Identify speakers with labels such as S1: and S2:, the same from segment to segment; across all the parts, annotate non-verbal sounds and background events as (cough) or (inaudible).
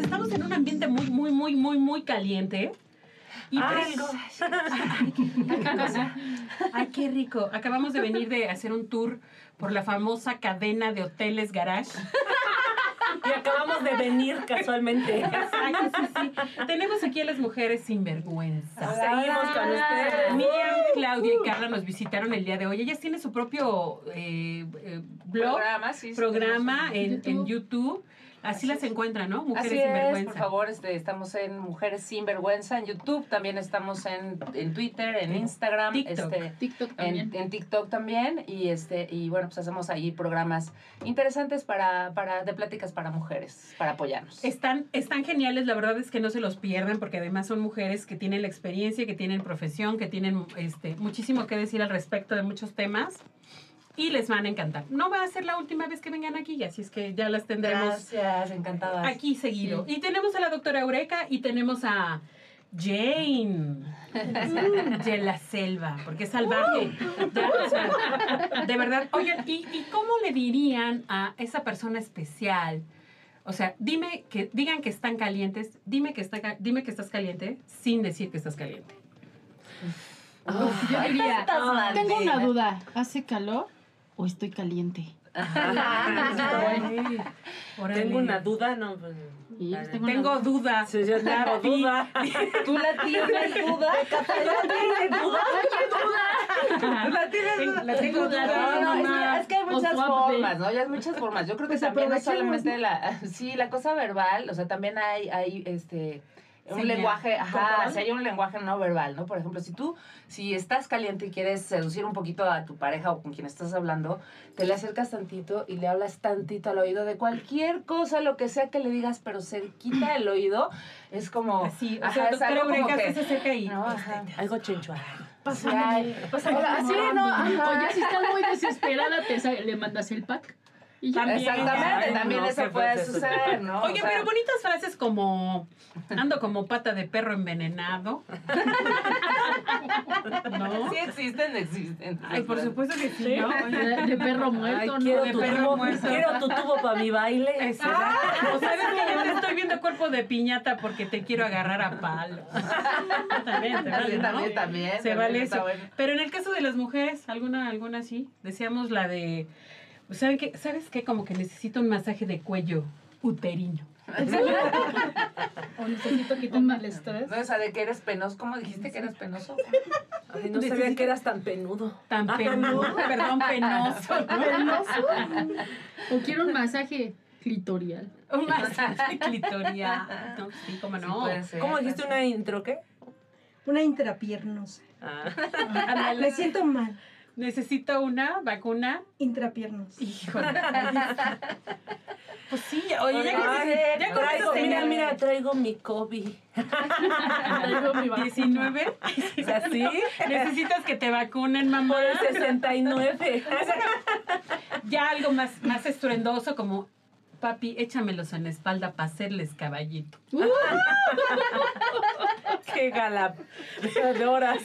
S1: estamos en un ambiente muy, muy, muy, muy, muy caliente. Y
S2: Algo.
S1: pues- Ay, qué- (laughs) qué cosa. Ay, qué rico. Acabamos de venir de hacer un tour por la famosa cadena de hoteles Garage.
S2: Y acabamos de venir casualmente.
S1: Exacto, sí, sí. Tenemos aquí a las mujeres sinvergüenza.
S2: Seguimos con ustedes.
S1: Miriam, Claudia
S3: uh.
S1: y Carla nos visitaron el día de hoy. Ellas tienen su propio eh, eh, blog,
S3: programa, sí, sí,
S1: programa
S3: tenemos
S1: en, en YouTube. Así,
S3: Así
S1: las
S3: es.
S1: encuentran, ¿no? Mujeres
S3: Así
S1: sin
S3: es,
S1: vergüenza.
S3: por favor, este, estamos en Mujeres Sin Vergüenza en YouTube, también estamos en, en Twitter, en Instagram,
S1: TikTok.
S3: este,
S4: TikTok también.
S3: en, en TikTok también, y este, y bueno, pues hacemos ahí programas interesantes para, para, de pláticas para mujeres, para apoyarnos.
S1: Están, están geniales, la verdad es que no se los pierdan porque además son mujeres que tienen la experiencia, que tienen profesión, que tienen este, muchísimo que decir al respecto de muchos temas y les van a encantar. No va a ser la última vez que vengan aquí, así es que ya las tendremos
S3: Gracias, encantadas.
S1: aquí seguido. Y tenemos a la doctora Eureka y tenemos a Jane Mm, de la selva, porque es salvaje.
S3: Uh.
S1: Ya, o sea, de verdad, oigan, ¿y, y cómo le dirían a esa persona especial? O sea, dime que digan que están calientes, dime que está, ca- dime que estás caliente sin decir que estás caliente.
S4: Uf, yo diría, tengo una duda, ¿hace calor o estoy caliente?
S3: Ah,
S1: Órale, órale.
S2: Tengo una duda, no, pues.
S4: Y yo tengo una
S1: Tengo dudas.
S2: Sí, yo, claro,
S1: (laughs)
S2: duda.
S3: ¿Tú la tienes duda? ¿Tú la tienes Ah, duda?
S1: La tengo duda,
S3: No, no, es,
S1: mamá.
S3: que, es que hay
S4: O
S3: muchas
S4: swap date.
S3: formas, ¿no? Ya hay muchas formas. Yo creo que también no solamente la, (laughs) sí, la cosa verbal, o sea, también hay, hay este un
S1: Señal.
S3: lenguaje, ajá,
S2: Corporal.
S3: o sea, hay un lenguaje no verbal, ¿no? Por ejemplo, si tú, si estás caliente y quieres seducir un poquito a tu pareja o con quien estás hablando, te le acercas tantito y le hablas tantito al oído de cualquier cosa, lo que sea que le digas, pero cerquita el oído, es como,
S1: Así, o
S3: ajá,
S1: sea,
S3: es
S1: doctora
S3: algo como
S1: Eureka
S3: que-
S1: se acerca y...
S3: no, ajá.
S2: Algo chinchua.
S3: Ay, o sea, sí, no, ajá.
S4: Oye, Ah, si estás muy desesperada, te sa- le mandas el pack. Y ya.
S1: También.
S3: Exactamente,
S2: Ay,
S3: también
S2: no, qué
S3: eso puede
S2: fuerte eso.
S3: suceder, ¿no?
S1: Oye,
S3: O sea,
S1: pero bonitas frases como ando como pata de perro
S3: (laughs)
S1: envenenado. ¿No?
S3: Sí existen, existen.
S1: Ay, por supuesto que sí,
S4: ¿Sí?
S1: ¿no? Oye,
S4: De perro
S2: Ay,
S4: muerto, ¿no?
S2: quiero
S1: de
S2: tu
S1: perro
S2: tubo,
S1: muerto.
S2: quiero tu tubo para
S1: (laughs)
S2: mi baile.
S1: es-
S3: Ah.
S1: O sabes que ya te estoy viendo cuerpo de piñata porque te quiero agarrar a
S3: (laughs)
S1: palo. También, te vale, ¿no?
S3: También, también, también.
S1: Se
S3: también
S1: vale
S3: está
S1: eso.
S3: bueno.
S1: Pero en el caso de las mujeres, alguna, alguna sí. Decíamos la de. ¿Saben qué? ¿Sabes qué? Como que necesito un masaje de cuello uterino.
S4: O necesito quitarme el estrés.
S3: No, o sea, de que eres penoso. ¿Cómo dijiste que eres penoso?
S2: Ay, no sabía que eras tan penudo.
S1: Tan penoso, perdón, penoso. ¿no?
S4: O quiero un masaje clitorial.
S1: Un masaje clitorial. No, sí, cómo
S3: Sí, pues.
S1: no.
S3: puede ser,
S2: ¿Cómo
S3: puede
S2: dijiste
S3: ser.
S2: una intro qué?
S5: Una intrapiernosa.
S2: Ah.
S1: Ándale.
S5: Me siento mal.
S1: Necesito una vacuna.
S5: Intrapiernosa.
S1: Híjole. Pues sí, oye, ya
S2: Ay,
S1: que ya con
S2: traigo,
S1: eso se-
S2: mira, mira, traigo mi Kobe.
S4: Traigo mi vacuna.
S1: 19.
S2: O sea,
S1: (laughs)
S2: ¿sí?
S1: Necesitas que te vacunen, mamá.
S2: Por el (laughs) 69.
S1: Ya algo más, más estruendoso como papi, échamelos en la espalda para hacerles caballito.
S2: Qué gala. De horas.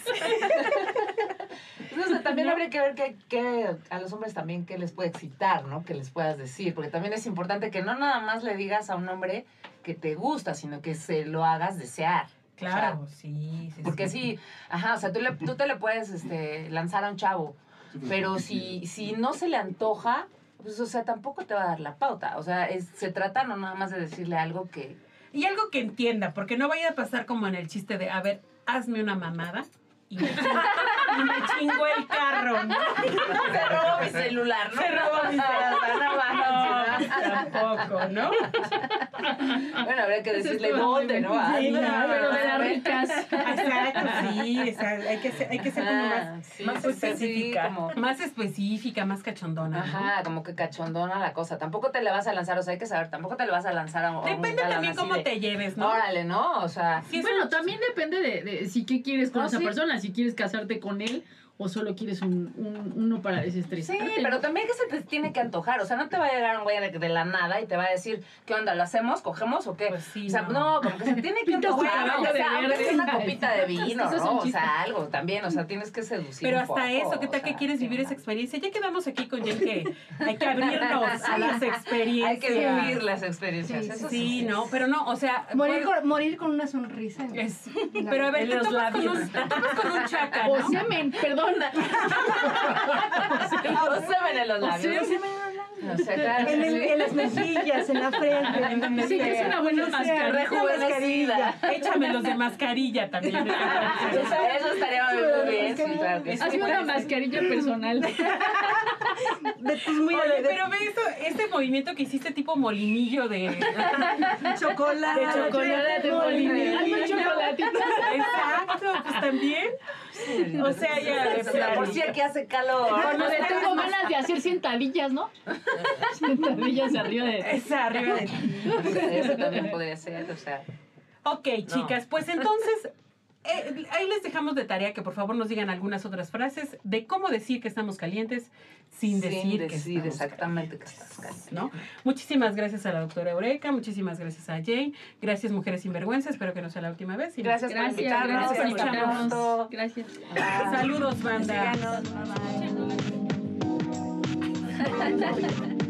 S1: (laughs)
S3: Entonces, también habría que ver que, a los hombres también que les puede excitar, ¿no? Que les puedas decir. Porque también es importante que no nada más le digas a un hombre que te gusta, sino que se lo hagas desear.
S1: Claro, sí, sí.
S3: Porque
S1: sí.
S3: sí, ajá, o sea, tú, le- tú te le puedes este, lanzar a un chavo, pero si, si no se le antoja, pues, o sea, tampoco te va a dar la pauta. O sea, es- se trata no nada más de decirle algo que...
S1: Y algo que entienda, porque no vaya a pasar como en el chiste de, a ver, hazme una mamada y me chingo, y me chingo el carro. ¿no?
S3: Se robó mi celular,
S1: (laughs) Se robó mi celular.
S3: No, no, no, no.
S1: Tampoco, ¿no?
S3: Bueno, habría que
S1: pues,
S4: Eso
S3: decirle
S4: estuvo muy
S3: dónde,
S4: bien.
S3: ¿no? Ah,
S4: Sí,
S1: claro,
S4: pero de
S3: a
S4: las
S3: ver.
S4: ricas.
S1: Exacto, sí. exacto. Hay, que ser, hay que ser como más,
S3: Ah, sí,
S2: más
S3: sí, sí,
S2: específica.
S3: como-
S1: más específica, más cachondona. ¿no?
S3: Ajá, como que cachondona la cosa. Tampoco te le vas a lanzar, o sea, hay que saber, tampoco te le vas a lanzar a a un
S1: Depende
S3: galán
S1: también
S3: así
S1: cómo
S3: de,
S1: te lleves, ¿no?
S3: Órale, ¿no? O sea,
S1: Sí, es
S4: Bueno,
S1: un-
S4: también depende de, de si qué quieres con
S3: No,
S4: esa
S3: sí.
S4: persona, si quieres casarte con él o solo quieres un, un- uno para
S3: sí,
S4: desestresarte.
S3: pero
S4: ¿no?
S3: también que se te tiene que antojar. O sea, no te va a llegar un güey de, de la nada y te va a decir, ¿qué onda? ¿Lo hacemos? ¿Cogemos o qué?
S1: Pues sí,
S3: o sea,
S1: no.
S3: no. como que se tiene que
S4: Pintas tu
S3: antojar.
S4: cabello
S3: aunque
S4: de
S3: sea, aunque sea
S4: verde.
S3: una copita de vino,
S4: Eso es
S3: ¿no?
S4: un
S3: O
S4: chiste.
S3: sea, algo también. O sea, tienes que seducir.
S1: Pero
S3: un
S1: hasta
S3: poco,
S1: eso, ¿qué
S3: o
S1: tal que
S3: sea,
S1: quieres vivir esa experiencia? Ya quedamos aquí con Jen que hay que abrirnos a las experiencias.
S3: Hay que vivir las experiencias.
S5: Sí,
S3: eso
S1: Sí, no, pero no, o sea.
S5: Morir
S1: pues,
S5: con, morir con una sonrisa.
S1: (laughs)
S5: ¿no?
S1: es- pero a ver,
S2: En
S1: te
S2: los
S1: topas con un,
S2: labios.
S1: te topas con un chaca,
S4: O
S1: ¿no?
S4: semen, perdón.
S3: O semen en los
S5: Pero
S3: labios.
S5: se me van a-
S3: O sea, claro,
S5: En, el-
S3: sí.
S5: en las mejillas, en la frente. en donde
S4: Sí, que es
S5: sea.
S4: una buena
S5: O sea,
S4: mascarilla.
S3: Rejuvenecida.
S1: Échame los de mascarilla (laughs) también.
S3: (laughs) O sea, Eso estaría muy bien. sí, claro que (laughs) sí.
S4: Hazme una mascarilla personal.
S5: De tus muy
S1: Oye,
S5: de-
S1: pero ve eso, este movimiento que hiciste tipo molinillo de...
S5: de chocolate.
S4: De chocolate,
S5: de
S4: Molina. Hazme chocolatito.
S1: Exacto, pues también. O sea, ya... de
S3: O sea, Por
S1: plano.
S3: si aquí hace calor.
S4: Bueno, de tengo ganas de hacer sentadillas, ¿no? Sentadillas arriba de...
S1: Esa, arriba de ti.
S3: Eso también podría ser, o sea.
S1: Ok,
S3: No.
S1: chicas, pues entonces... eh, ahí les dejamos de tarea que por favor nos digan algunas otras frases de cómo decir que estamos calientes sin decir, que
S3: decir
S1: estamos
S3: exactamente que estás caliente.
S1: ¿no? Muchísimas gracias a la doctora Eureka, muchísimas gracias a Jane, gracias Mujeres Sinvergüenza, espero que no sea la última vez. y
S3: Gracias, por
S4: Gracias,
S3: invitarnos.
S4: gracias por
S1: hasta
S4: invitarnos.
S3: pronto.
S4: Gracias.
S3: Bye.
S1: Saludos, banda.
S5: Síganos. Bye, bye.